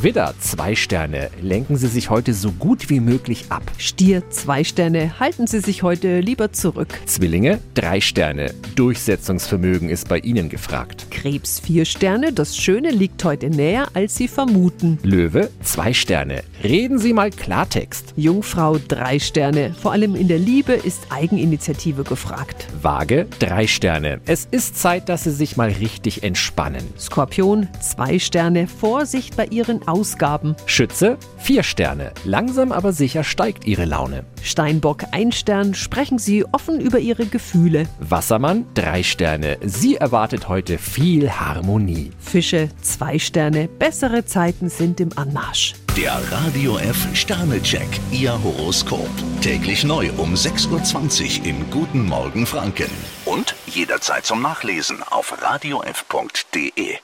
Widder, zwei Sterne. Lenken Sie sich heute so gut wie möglich ab. Stier, zwei Sterne, halten Sie sich heute lieber zurück. Zwillinge, drei Sterne. Durchsetzungsvermögen ist bei Ihnen gefragt. Krebs, vier Sterne, das Schöne liegt heute näher, als Sie vermuten. Löwe, zwei Sterne. Reden Sie mal Klartext. Jungfrau, drei Sterne, vor allem in der Liebe ist Eigeninitiative gefragt. Waage, drei Sterne. Es ist Zeit, dass Sie sich mal richtig entspannen. Skorpion, zwei Sterne, Vorsicht bei Ihren Ausgaben. Schütze, vier Sterne. Langsam aber sicher steigt Ihre Laune. Steinbock, ein Stern, sprechen Sie offen über Ihre Gefühle. Wassermann, drei Sterne. Sie erwartet heute viel Harmonie. Fische, zwei Sterne, bessere Zeiten sind im Anmarsch. Der Radio F Sternecheck, Ihr Horoskop. Täglich neu um 6.20 Uhr im Guten Morgen Franken. Und jederzeit zum Nachlesen auf radiof.de.